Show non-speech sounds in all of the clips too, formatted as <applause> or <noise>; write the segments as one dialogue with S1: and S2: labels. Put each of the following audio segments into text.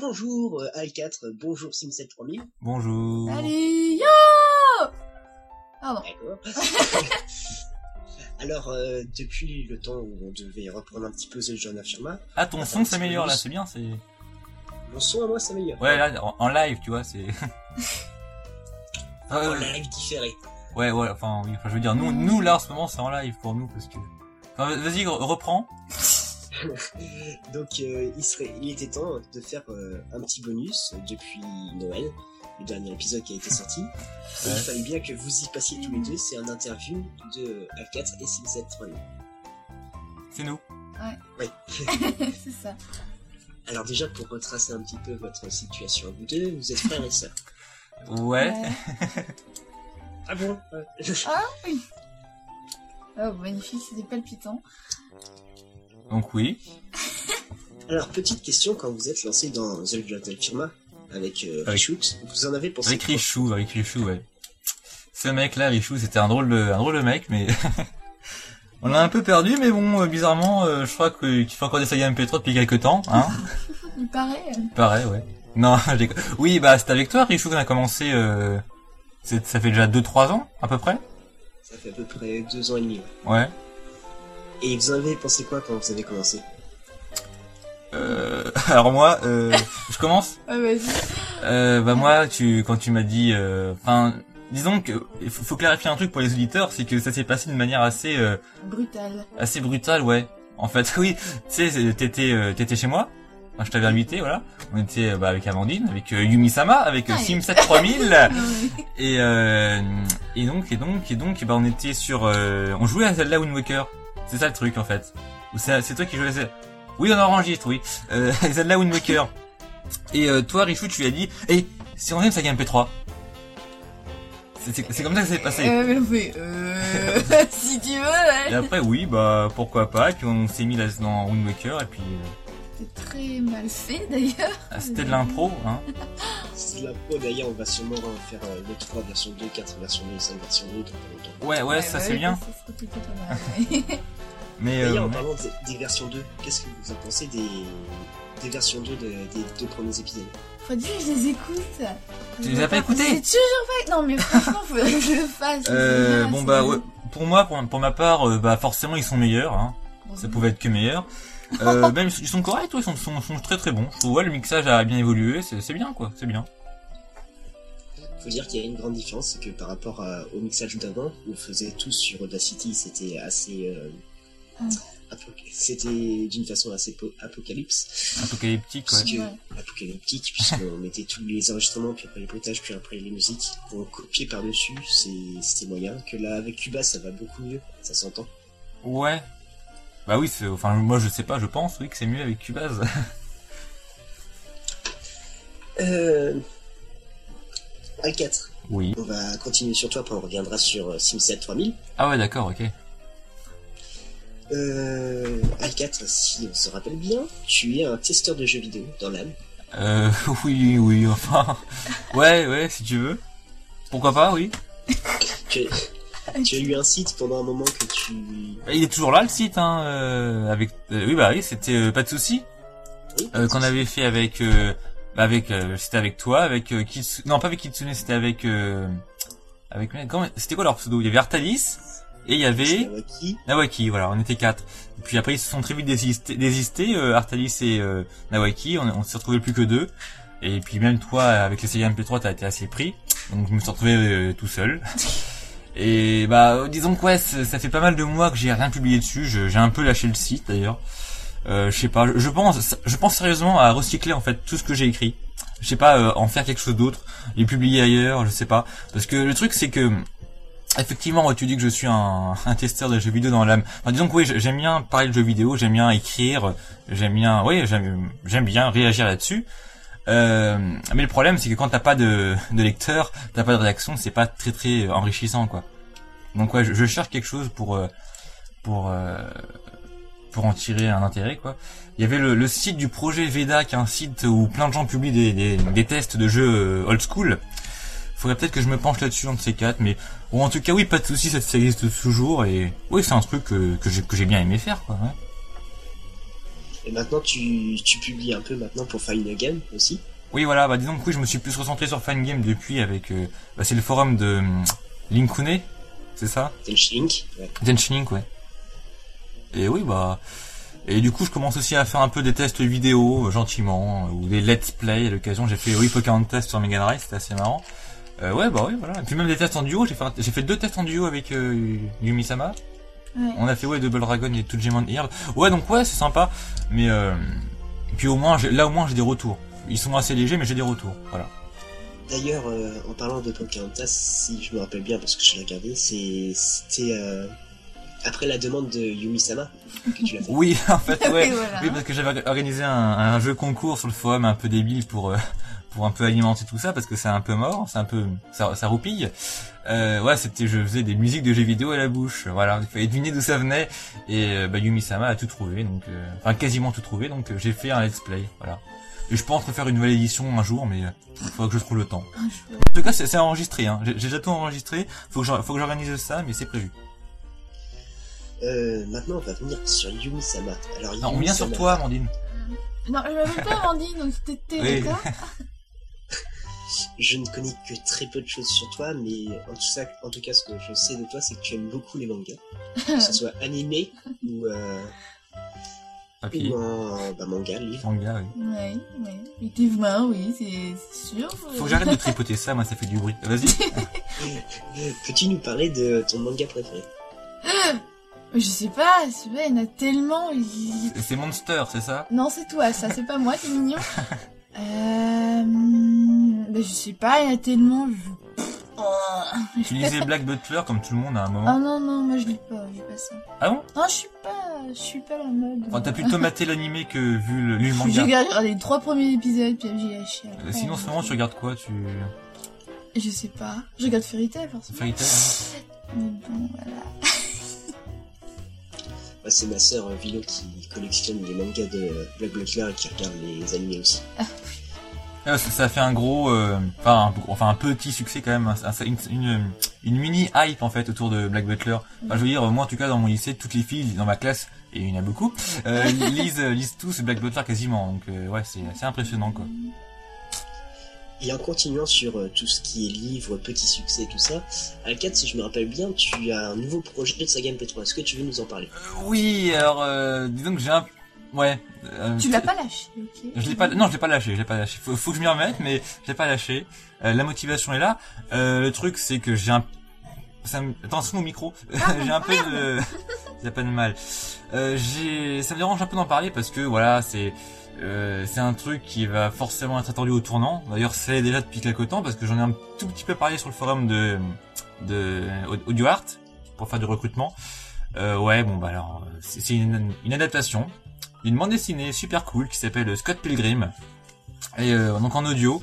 S1: bonjour Al4, bonjour Simset 3000.
S2: Bonjour.
S3: Allez, yo <laughs> Pardon.
S1: <laughs> D'accord. Alors, euh, depuis le temps où on devait reprendre un petit peu The John of Firma,
S2: Ah, ton
S1: Ah,
S2: son
S1: c'est
S2: s'améliore là,
S1: juste.
S2: c'est bien, c'est.
S1: mon son à moi c'est meilleur.
S2: Ouais, là, en, en live, tu vois, c'est. <laughs>
S1: En
S2: Euh,
S1: live différé.
S2: ouais, ouais, enfin, oui, enfin, je veux dire, nous, nous là, en ce moment, c'est en live pour nous, parce que. Enfin, vas-y, re- reprends.
S1: Donc, euh, il, serait, il était temps de faire euh, un petit bonus depuis Noël, le dernier épisode qui a été sorti. Et
S2: Ouais.
S1: il fallait bien que vous y passiez tous les deux, c'est un interview de Al4 et Simset 3000.
S2: C'est nous.
S3: c'est ça.
S1: Alors déjà, pour retracer un petit peu votre situation à vous deux, vous êtes frères et sœurs.
S2: Ouais.
S1: Ah bon
S3: Oh, magnifique, c'est des palpitants.
S2: Donc, oui.
S1: Alors, petite question, quand vous êtes lancé dans The Jonathan Firma avec euh,
S2: Avec-
S1: Reshoot, vous en avez pensé
S2: Avec
S1: quoi
S2: Richou, avec Richou, bah, ouais. Ce mec-là, Richou, c'était un drôle de, un drôle de mec, mais. <laughs> On l'a un peu perdu, mais bon, euh, bizarrement, euh, je crois que- qu'il fait encore des sagas MP3 depuis quelques temps, hein.
S3: Il paraît. euh,
S2: Pareil, ouais. Non, <laughs> je déconne. Oui, bah, c'était avec toi, Richou, qu'on a commencé, euh, c'est- ça fait déjà 2-3 ans, à peu près.
S1: Ça fait à peu près deux ans et demi. ouais.
S2: Ouais.
S1: Et vous en avez pensé quoi quand vous avez commencé
S2: Euh, <laughs> alors moi, euh, je commence.
S3: Ouais, ah, vas-y.
S2: Euh, bah moi, tu, quand tu m'as dit, euh, enfin, disons que il faut, faut clarifier un truc pour les auditeurs, c'est que ça s'est passé d'une manière assez, euh,
S3: Brutal.
S2: assez brutale, ouais. En fait, <laughs> oui, tu sais, c'est- t'étais, euh, t'étais chez moi. Moi, je t'avais invité, voilà. On était euh, bah, avec Amandine, avec euh, Yumi Sama, avec euh,
S3: Ah,
S2: Sim 7000
S3: Non, mais-
S2: et euh, et donc et donc et donc, et bah, on était sur, euh, on jouait à Zelda Wind Waker. C'est ça le truc en fait. Ou c'est c'est toi qui jouais à Zelda. Oui, on enregistre, oui. Euh, <laughs> Zelda Wind Waker. Et euh, toi, Richou, tu lui as dit, hey, si on aime ça gagne MP3. C'est- C'est c'est comme ça que ça s'est passé.
S3: Euh, mais oui, euh, <laughs> si tu veux,
S2: Et
S3: ouais.
S2: après, oui, bah pourquoi pas. Et puis on s'est mis là, dans Wind Waker et puis euh,
S3: C'est très mal fait d'ailleurs.
S2: ah, c'était de l'impro, hein.
S1: C'est de la pro, d'ailleurs, on va sûrement en faire euh, le 3, version 2, 4, version 2, 5, version 2, dans pas longtemps.
S2: Ouais, ouais, ça
S3: bah
S2: c'est
S3: oui,
S2: bien.
S3: ça serait plutôt pas mal, ouais.
S2: Mais euh,
S1: D'ailleurs, en parlant des, des versions 2, qu'est-ce que vous en pensez des, des versions 2 de- des deux premiers épisodes
S3: Faut dire que je les écoute.
S2: Tu les as pas écoutés
S3: J'ai toujours pas. Non, mais franchement, faudrait que je le fasse.
S2: euh,
S3: C'est
S2: bon
S3: bien,
S2: bah
S3: c'est
S2: ouais,
S3: bien.
S2: pour moi, pour, pour ma part, euh, bah forcément ils sont meilleurs, hein.
S3: Bon,
S2: ça pouvait être que meilleur. Euh, même ils sont corrects, ouais, ils sont, sont, sont très très bons. Je trouve ouais, le mixage a bien évolué, c'est c'est bien quoi, c'est bien.
S1: Faut dire qu'il y a une grande différence, c'est que par rapport à- au mixage d'avant, on le faisait tous sur Audacity, c'était assez... euh,
S3: Mm.
S1: apo- C'était d'une façon assez po- apocalypse.
S2: Apocalyptique, ouais.
S1: puisque
S3: Ouais.
S1: apocalyptique puisqu'on mettait tous les enregistrements puis après les bruitages puis après les musiques on copiait par dessus c'est c'était moyen que là avec Cuba ça va beaucoup mieux ça s'entend
S2: Ouais. Bah oui, c'est- enfin moi je sais pas, je pense oui que c'est mieux avec Cubase.
S1: euh... Al4
S2: oui.
S1: on va continuer sur toi puis on reviendra sur euh, SimSat 3000
S2: Ah ouais, d'accord, ok.
S1: euh... Al4 si on se rappelle bien tu es un testeur de jeux vidéo dans l'âme
S2: Euh, <laughs> oui, oui, enfin. Ouais, ouais, si tu veux. Pourquoi pas, oui.
S1: tu,
S3: Ah,
S1: tu as eu un site pendant un moment que tu
S2: Et Il est toujours là le site, hein. euh, avec, euh, oui, bah oui, c'était euh, pas de souci.
S1: Oui,
S2: euh, qu'on avait fait avec euh, bah avec euh, c'était avec toi avec euh, Kitsu- non pas avec Kitsune c'était avec euh, avec comment- c'était quoi leur pseudo il y avait Artalis et il y
S1: tu
S2: avait
S1: l'as acquis.
S2: Nawaki voilà on était quatre et puis après ils se sont très vite désistés, désistés euh, Artalis et euh, Nawaki on, on s'est retrouvé plus que deux et puis même toi avec les CMP3 t'as été assez pris donc je me suis retrouvé euh, tout seul et bah euh, disons que ouais c- ça fait pas mal de mois que j'ai rien publié dessus Je- j'ai un peu lâché le site d'ailleurs euh, je sais pas, je- je pense, je pense sérieusement à recycler en fait tout ce que j'ai écrit. Je sais pas, euh, en faire quelque chose d'autre, les publier ailleurs, je sais pas. Parce que le truc c'est que, effectivement, ouais, tu dis que je suis un, un testeur de jeux vidéo dans l'âme. Enfin, disons que oui, j'aime bien parler de jeux vidéo, j'aime bien écrire, j'aime bien, oui, j'aime j'aime bien réagir là-dessus. Euh, mais le problème c'est que quand t'as pas de, de lecteur, t'as pas de réaction, c'est pas très très enrichissant quoi. Donc ouais, je, je cherche quelque chose pour euh, pour euh, pour en tirer un intérêt quoi. Il y avait le, le site du projet Veda qui est un site où plein de gens publient des, des, des tests de jeux euh, old school. Faudrait peut-être que je me penche là-dessus un de ces quatre, mais ou en tout cas oui pas de souci ça, ça existe toujours et oui c'est un truc que, que j'ai que j'ai bien aimé faire quoi. ouais.
S1: Et maintenant, tu, tu publies un peu maintenant pour Fine Again aussi.
S2: Oui, voilà, bah disons que oui, je me suis plus recentré sur Fine Game depuis avec. euh, bah, c'est le forum de hum, Linkune, c'est ça
S1: T'es le Shink. Ouais.
S2: Genshin Link, ouais. Et oui, bah. Et du coup, je commence aussi à faire un peu des tests vidéo, euh, gentiment, euh, ou des let's play. À l'occasion, j'ai fait oui, Pokémon Test sur Mega Drive, c'était assez marrant. Euh, ouais, bah oui, voilà. Et puis même des tests en duo, j'ai fait, un- j'ai fait deux tests en duo avec euh, Yumi-sama.
S3: Ouais.
S2: On a fait ouais Double Dragon et Toujimon hier. Ouais donc ouais c'est sympa. Mais euh, et puis au moins j'ai- là au moins j'ai des retours. Ils sont assez légers mais j'ai des retours. Voilà.
S1: D'ailleurs, euh, en parlant de Pocahontas, si je me rappelle bien parce que je l'ai regardé, c'est- c'était euh, après la demande de Yumi Sama que tu l'as fait.
S2: Oui <laughs> en fait ouais.
S3: Et voilà.
S2: Oui parce que j'avais organisé un, un jeu concours sur le forum un peu débile pour euh, pour un peu alimenter tout ça parce que c'est un peu mort, c'est un peu ça, ça roupille. Euh, ouais c'était je faisais des musiques de jeux vidéo à la bouche. Voilà il fallait deviner d'où ça venait et euh, bah, Yumi Sama a tout trouvé donc euh, enfin quasiment tout trouvé donc euh, j'ai fait un let's play voilà. Et je pense refaire une nouvelle édition un jour mais il faudra que je trouve le temps.
S3: Un jour.
S2: En tout cas, c'est c'est enregistré. Hein. J'ai j'ai déjà tout enregistré. Faut que j'or- faut que j'organise ça, mais c'est prévu. <laughs>
S1: Euh, maintenant, on va venir sur Yumi Sama. Alors,
S2: Non, on
S1: Yumi
S2: vient sur
S1: Sama-
S2: toi, Amandine.
S3: Non, je m'appelle pas Amandine, donc c'était
S2: Oui.
S3: Teresa.
S1: Je ne connais que très peu de choses sur toi, mais en tout, ça, en tout cas, ce que je sais de toi, c'est que tu aimes beaucoup les mangas, que ce soit animé ou, euh,
S2: Papier,
S1: ou en bah, manga, livre.
S2: manga, oui.
S3: Ouais, ouais. Effectivement, oui, c'est c'est sûr.
S2: Faut que j'arrête de tripoter ça, moi ça fait du bruit. Vas-y.
S1: Peux-tu nous parler de ton manga préféré
S3: Mais Je sais pas, c'est vrai, il y en a tellement. il-
S2: C'est Monster, c'est ça
S3: Non, c'est toi, ça, c'est pas moi,
S2: <laughs>
S3: c'est mignon. Euh... Ben, je sais pas, il y en a tellement. je- Oh.
S2: Tu lisais Black Butler comme tout le monde à un
S3: Ah
S2: moment.
S3: non, non, moi je lis pas, je lis pas ça.
S2: Ah bon
S3: Non, je suis pas, je suis pas la mode.
S2: Enfin, t'as plutôt maté l'animé que vu le, lu le manga.
S3: J'ai regardé les trois premiers épisodes, puis j'ai lâché.
S2: Euh,
S3: après.
S2: Sinon, en ce moment, tu regardes quoi Tu
S3: Je sais pas. Je regarde Fairy Tail, forcément.
S2: Fairy Tail hein
S3: Mais bon, voilà.
S1: Bah, C'est ma sœur euh, Vilo qui collectionne les mangas de euh, Black Butler et qui regarde les animés aussi.
S2: Ah, ça, ça a fait un gros, euh, enfin, un, gros- enfin un petit succès quand même, un- un- une, une, une mini hype en fait autour de Black Butler. Enfin, je veux dire, moi en tout cas dans mon lycée, toutes les filles dans ma classe, et il y en a beaucoup, euh, <laughs> lisent, euh, lisent tous Black Butler quasiment. Donc euh, ouais, c'est assez impressionnant quoi.
S1: Et en continuant sur euh, tout ce qui est livres, petits succès, tout ça, Alcat, si je me rappelle bien, tu as un nouveau projet de Saga MP3. Est-ce que tu veux nous en parler
S2: Oui, alors euh, disons que j'ai un, ouais. euh,
S3: Tu l'as pas lâché, ok
S2: Je l'ai pas, non, je l'ai pas lâché, je l'ai pas lâché. Faut, faut que je m'y remette, mais je l'ai pas lâché. Euh, la motivation est là. Euh, le truc, c'est que j'ai un, ça me, attention au micro. <laughs> j'ai un peu de, <laughs> il y a pas de mal. Euh, j'ai, ça me dérange un peu d'en parler parce que voilà, c'est, euh, c'est un truc qui va forcément être attendu au tournant. D'ailleurs, c'est déjà depuis quelque temps parce que j'en ai un tout petit peu parlé sur le forum de, de AudioArt pour faire du recrutement. Euh, ouais, bon bah alors, euh, c'est c'est une, une adaptation d'une bande dessinée super cool qui s'appelle Scott Pilgrim. Et euh, donc en audio.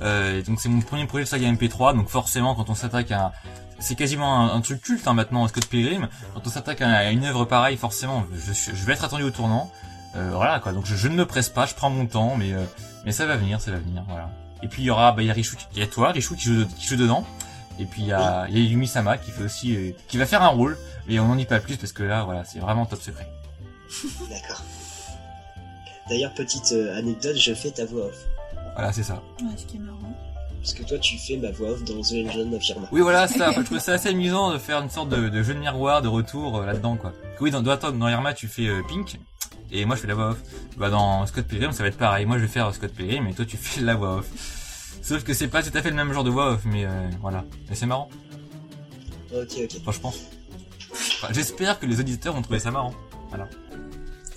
S2: Euh, et donc c'est mon premier projet de saga MP3, donc forcément quand on s'attaque à... C'est quasiment un, un truc culte hein, maintenant, Scott Pilgrim. Quand on s'attaque à, à une œuvre pareille, forcément, je, suis- je vais être attendu au tournant. Euh, voilà quoi, donc je, je ne me presse pas, je prends mon temps, mais euh, mais ça va venir, ça va venir, voilà. Et puis il y aura, bah, il y a Richou, qui- il y a toi, Richou qui joue, qui joue dedans. Et puis il y a, il y a Yumi Sama qui fait aussi, euh, qui va faire un rôle, mais on n'en dit pas plus parce que là, voilà, c'est vraiment top secret.
S1: D'accord. D'ailleurs, petite euh, anecdote, je fais ta voix off.
S2: Voilà, c'est ça.
S3: Ouais, ce qui est marrant.
S1: Parce que toi, tu fais ma voix off dans The Legend of Germain.
S2: Oui, voilà, ça. Enfin, je trouve ça assez amusant de faire une sorte de, de jeu de miroir, de retour euh, là-dedans, quoi. Parce que Oui, dans, dans, attends, dans Irma, tu fais euh, Pink, et moi, je fais la voix off. Bah, dans Scott Pilgrim, ça va être pareil. Moi, je vais faire euh, Scott Pilgrim, et toi, tu fais la voix off. Sauf que c'est pas tout à fait le même genre de voix off, mais euh, voilà. Mais c'est marrant,
S1: Ok, ok.
S2: enfin, je pense. Enfin, J'espère que les auditeurs vont trouver ça marrant.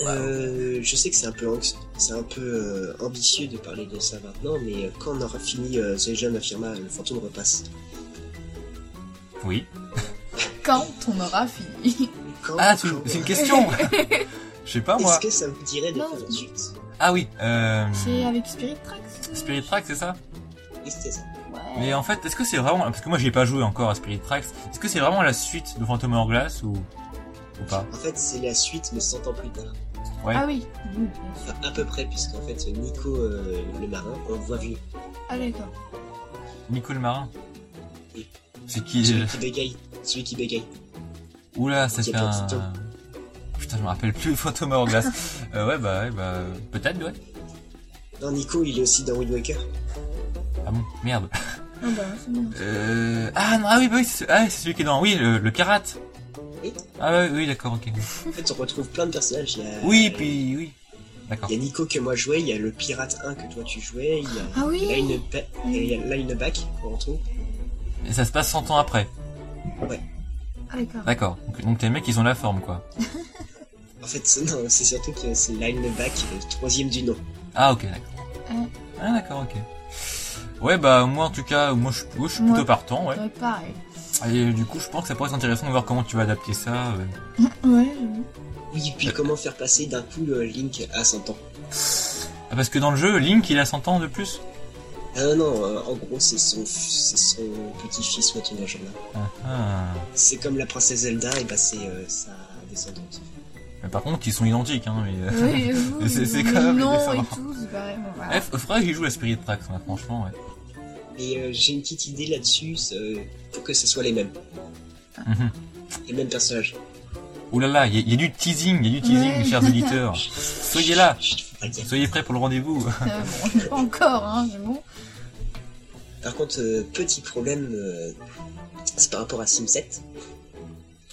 S1: Euh, je sais que c'est un peu, anx- c'est un peu euh, ambitieux de parler de ça maintenant, mais euh, quand on aura fini euh, The Legend of Firma, le fantôme repasse.
S2: Oui.
S3: Quand on aura fini.
S1: Quand,
S2: Ah, c'est
S1: quand-
S2: une- c'est une question Je sais pas, moi.
S1: Est-ce que ça vous dirait de
S3: Non.
S1: faire une suite
S2: Ah oui, euh...
S3: C'est avec Spirit Tracks
S2: Spirit Track, c'est ça
S1: Oui, c'était ça.
S3: Ouais.
S2: Mais en fait, est-ce que c'est vraiment parce que moi j'ai pas joué encore à Spirit Tracks, est-ce que c'est vraiment la suite de Fantôme hors glace ou ou pas
S1: En fait, c'est la suite, mais 100 ans plus tard.
S3: Ah oui. oui, bien sûr.
S1: Enfin, à peu près, puisqu'en fait, Nico, euh, le marin, on le voit vieux.
S3: Ah d'accord.
S2: Nico le marin
S1: Oui.
S2: C'est qui
S1: Celui
S2: déjà
S1: qui bégaye. Celui qui bégaye.
S2: Oula, ça
S1: Qui
S2: fait
S1: a pas de
S2: un
S1: photo.
S2: Putain, je me rappelle plus Fantôme en glace. Euh, ouais, bah, ouais, bah, euh, peut-être, ouais.
S1: Non, Nico, il est aussi dans Wind Waker.
S2: Ah bon, merde.
S3: Ah bah, c'est bon.
S2: Euh, ah non, ah oui, bah oui, c'est ce- ah, c'est celui qui est dans, oui, le, le pirate.
S1: Oui.
S2: Ah oui, oui, d'accord, ok.
S1: En fait, on retrouve plein de personnages. Il y a,
S2: Oui, puis, oui. D'accord.
S1: Il y a Nico que moi jouais, il y a le pirate 1 que toi tu jouais, il y a
S3: Ah oui
S1: Lineback- il y a Lineback qu'on retrouve.
S2: Et ça se passe 100 ans après.
S3: Ah d'accord.
S2: D'accord. Donc, donc les mecs, ils ont la forme, quoi.
S1: En fait, c'est- non, c'est surtout que c'est Lineback, le troisième du nom.
S2: Ah ok d'accord.
S3: Ouais.
S2: Ah d'accord ok. Ouais bah moi en tout cas moi je, moi, je suis
S3: Ouais.
S2: plutôt partant Ah, ouais.
S3: Ouais, pareil.
S2: Et euh, du coup je pense que ça pourrait être intéressant de voir comment tu vas adapter ça. euh.
S3: Ouais,
S2: <laughs>
S3: j'avoue.
S1: Oui, puis comment faire passer d'un coup le Link à 100 ans
S2: Ah, parce que dans le jeu Link il a 100 ans de plus.
S1: Ah non, non, euh, en gros, c'est son, c'est son petit-fils ou un truc dans le genre là.
S2: Ah, ah.
S1: C'est comme la princesse Zelda, et bah c'est euh, sa descendante.
S2: Mais par contre ils sont identiques hein. Mais, euh,
S3: Oui, j'avoue.
S2: C'est- c'est
S3: mais
S2: quand même
S3: Non, et
S2: décevant.
S3: tout, c'est pareil. Bon,
S2: <laughs>
S3: voilà.
S2: ouais, f- faudrait que j'y joue à Spirit Tracks hein, franchement ouais.
S1: Et euh, j'ai une petite idée là-dessus, c'est, euh, pour que ce soit les mêmes,
S2: Mhm.
S1: les mêmes personnages.
S2: Ouh Oh là là il y, a- il y a du teasing il y a du teasing
S3: Ouais. <laughs>
S2: chers auditeurs. Soyez là.
S1: Chut, faut pas le dire.
S2: Soyez prêts pour le rendez-vous. <laughs>
S3: Euh, bon, je sais pas encore, hein, mais bon.
S1: Par contre, euh, petit problème, euh, c'est par rapport à Sim 7.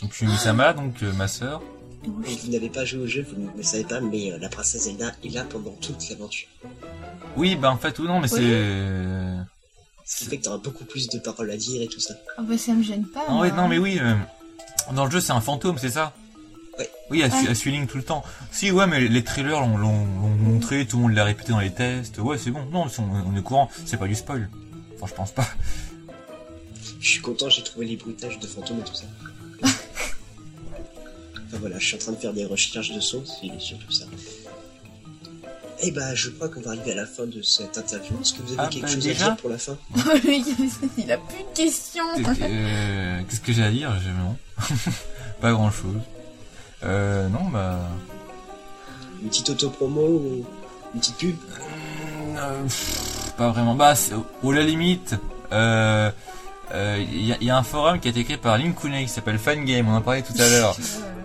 S2: Donc je suis Misama donc euh, ma sœur.
S1: Donc,
S2: Oh.
S1: vous n'avez pas joué au jeu, vous ne le savez pas, mais euh, la princesse Zelda est là pendant toute l'aventure.
S2: Oui bah en fait ou non mais
S3: Oui.
S2: c'est euh,
S1: Ce qui fait que t'auras beaucoup plus de paroles à dire et tout ça.
S3: Ah bah, ça me gêne pas.
S2: Non, ouais,
S3: moi.
S2: non
S3: <laughs>
S2: mais oui, euh, dans le jeu c'est un fantôme, c'est ça
S1: Ouais.
S2: Oui, elle, su-
S3: Ouais.
S2: elle suit Link tout le temps. Si, ouais, mais les trailers l'ont l'ont- l'ont montré, tout le monde l'a répété dans les tests. Ouais, c'est bon, non, on, on est courant, c'est pas du spoil. Enfin, je pense <laughs> pas.
S1: Je suis content, j'ai trouvé les bruitages de fantômes et tout
S2: <laughs>
S1: ça. enfin voilà, je suis en train de faire des recherches de sons sur sur tout ça. Et bah, je crois qu'on va arriver à la fin de cette interview. Est-ce que vous avez
S2: Ah,
S1: quelque
S2: bah,
S1: chose
S2: déjà
S1: à dire pour la fin
S3: Le mec, il a plus de questions.
S2: Euh, Qu'est-ce que j'ai à dire J'ai- Non. <laughs> pas grand-chose. Euh, non, bah...
S1: Une petite auto-promo ou une petite pub
S2: Euh, pff, pas vraiment. Bah, c'est- ou à la limite, euh... euh, Il y, a- il y a un forum qui a été créé par Link Kunai qui s'appelle Fangame, on en parlait tout à
S3: <laughs>
S2: l'heure.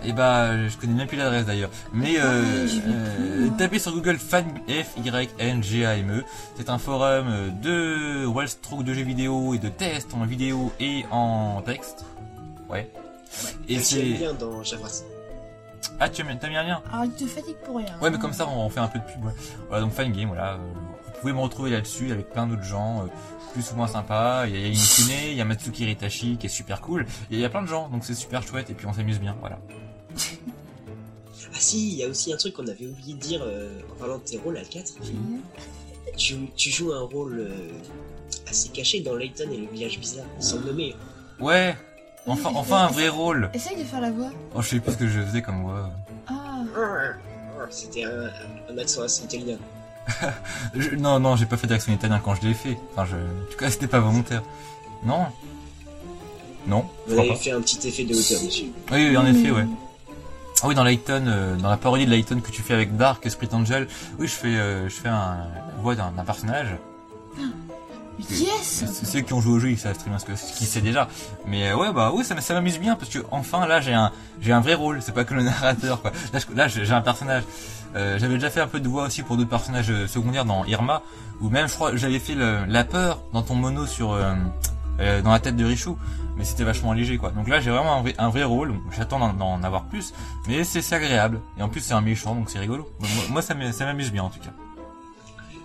S2: Et bah, euh, je connais même plus l'adresse d'ailleurs. Mais euh,
S3: j'y vais
S2: euh,
S3: plus, moi.
S2: tapez sur Google fan f y n g a m e. C'est un forum euh, de wallstroke de jeux vidéo et de tests en vidéo et en texte. Ouais. Et
S1: Est-ce qu'il y a un
S2: c'est
S1: lien dans Java
S2: ah tu as mis- t'as mis un lien.
S3: Alors, il te fatigue pour rien. hein.
S2: Ouais, mais comme ça on fait un peu de pub. Ouais. Voilà donc fan game voilà. euh, Vous pouvez me retrouver là-dessus avec plein d'autres gens. euh, plus ou moins sympas. il y a Yannick Kune, il y a Matsuki Ritachi qui est super cool, et il y a plein de gens, donc c'est super chouette, et puis on s'amuse bien, voilà.
S1: Ah si, il y a aussi un truc qu'on avait oublié de dire euh, en parlant de tes rôles, Al4. Tu, tu joues un rôle euh, assez caché dans Layton et le village bizarre, sans le nommer.
S2: Ouais, enfin, enfin un vrai rôle.
S3: Essaye de faire la voix.
S2: Oh, je sais plus ce que je faisais comme voix.
S3: Ah,
S1: euh, C'était un, un accent assez italien.
S2: Je- non, non, j'ai pas fait d'action italien quand je l'ai fait. Enfin, je... en tout cas, <laughs> c'était pas volontaire. Non. Non,
S1: Vous
S2: je crois
S1: avez
S2: pas.
S1: fait un petit effet de hauteur dessus.
S2: Oui, oui, en effet, ouais. Ah oui, dans Lighton, euh, dans la parodie de Lighton que tu fais avec Dark, Esprit Angel, oui, je fais, euh, je fais un, la voix d'un d'un personnage.
S3: Yes
S2: C'est- Ceux qui ont joué au jeu, ils savent très bien ce que- ce qu'ils savent déjà. Mais euh, ouais, bah oui, ça, m- ça m'amuse bien parce que enfin là, j'ai un, j'ai un vrai rôle. C'est pas que le narrateur. Quoi. Là, je- là, j'ai j'ai un personnage. Euh, j'avais déjà fait un peu de voix aussi pour d'autres personnages euh, secondaires dans Irma, ou même je crois j'avais fait le- la peur dans ton mono sur euh, euh, dans la tête de Richou, mais c'était vachement léger quoi. Donc là j'ai vraiment un vrai, un vrai rôle. J'attends d'en- d'en avoir plus, mais c'est c'est agréable. Et en plus c'est un méchant donc c'est rigolo. Moi, moi, ça m'est- ça m'amuse bien en tout cas.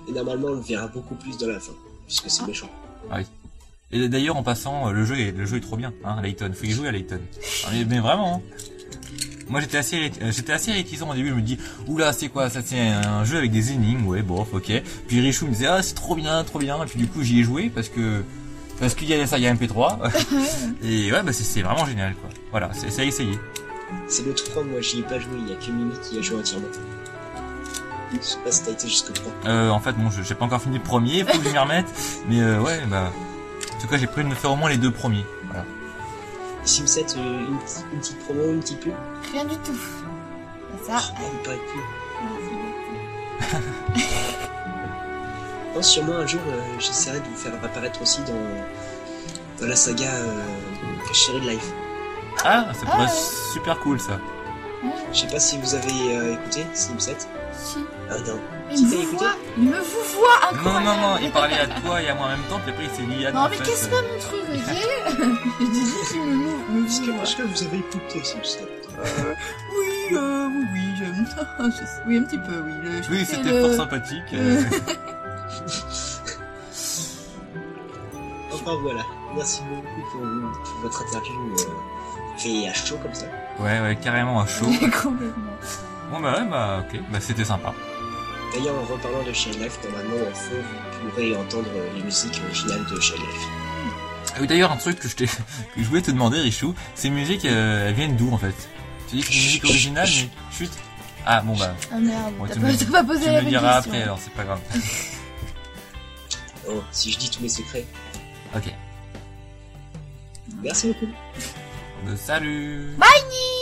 S1: Et normalement, on le verra beaucoup plus dans la fin, puisque c'est
S3: Ah.
S1: méchant.
S2: Et d'ailleurs, en passant, euh, le jeu est, le jeu est trop bien, hein, Layton. Faut y jouer à Layton. Ah, Mais, mais vraiment. hein. Moi, j'étais assez, ré- euh, j'étais assez réticent au début. Je me dis, oula, c'est quoi ça C'est un jeu avec des énigmes, ouais, bof, ok. Puis Richou me disait, ah, c'est trop bien, trop bien. Et puis du coup, j'y ai joué parce que parce qu'il y a ça, il y a MP3. <laughs> Et ouais, bah c'est- c'est vraiment génial, quoi. Voilà, c'est c'est à essayer.
S1: C'est le 3, moi j'y ai pas joué, il y a que Mimi qui a joué entièrement. Je sais pas si t'as été jusqu'au 3.
S2: Euh, en fait, bon, je- j'ai pas encore fini le premier, faut que je m'y remette. <laughs> Mais euh, ouais, bah, en tout cas, j'ai prévu de me faire au moins les deux premiers. Voilà.
S1: Sim 7, euh, une, petite- une petite promo, une petite pub
S3: Rien du tout. Ça,
S1: Ah, il paraît que pub.
S3: euh,
S1: Non, sûrement un jour, euh, j'essaierai de vous faire apparaître aussi dans, dans la saga euh, Sherry Life.
S2: Ah, ça pourrait
S3: Ah ouais.
S2: être super cool, ça.
S3: c'est-
S1: Je sais pas si vous avez euh, écouté Slim 7.
S3: Si.
S1: Ah non.
S3: Il
S1: t'as
S3: me
S1: écouté
S3: voit, il me vous voit
S2: Non,
S3: incroyable.
S2: non, non, il parlait à toi et à moi en même temps, puis après il s'est mis à
S3: Non, mais casse pas mon truc,
S2: <laughs>
S3: ok <laughs> Je dis juste qu'il me mou- me
S1: Est-ce que,
S3: voit.
S1: est-ce que vous avez écouté Slim 7
S3: Oui, euh, oui, oui, j'aime. <laughs> je sais- Oui, un petit peu, oui. Le, je
S2: Oui,
S3: sais
S2: c'était
S3: le-
S2: fort sympathique.
S3: le-
S2: euh,
S1: Enfin voilà. Merci beaucoup pour, pour votre interview euh, fait à chaud comme ça.
S2: <laughs> Ouais, ouais, carrément à chaud.
S3: <laughs> Complètement.
S2: Bon, bah ouais, bah ok, bah c'était sympa.
S1: D'ailleurs, en reparlant de Shine Life, normalement en fond, vous pourrez entendre les musiques originales de Shine Life.
S2: Ah oui, d'ailleurs, un truc que je, t'ai- <laughs> que je voulais te demander, Richou, ces musiques, euh, elles viennent d'où en fait Tu dis que c'est une musique originale, mais chut. Ah bon, bah,
S3: Ah merde,
S2: Bon,
S3: t'as
S2: tu
S3: pas,
S2: me-
S3: t'as pas posé
S2: tu
S3: la
S2: me
S3: bonne
S2: diras
S3: question.
S2: après, alors c'est pas grave.
S1: Oh, si je dis tous mes secrets.
S2: Ok,
S1: Merci beaucoup.
S2: Euh, salut
S3: Bye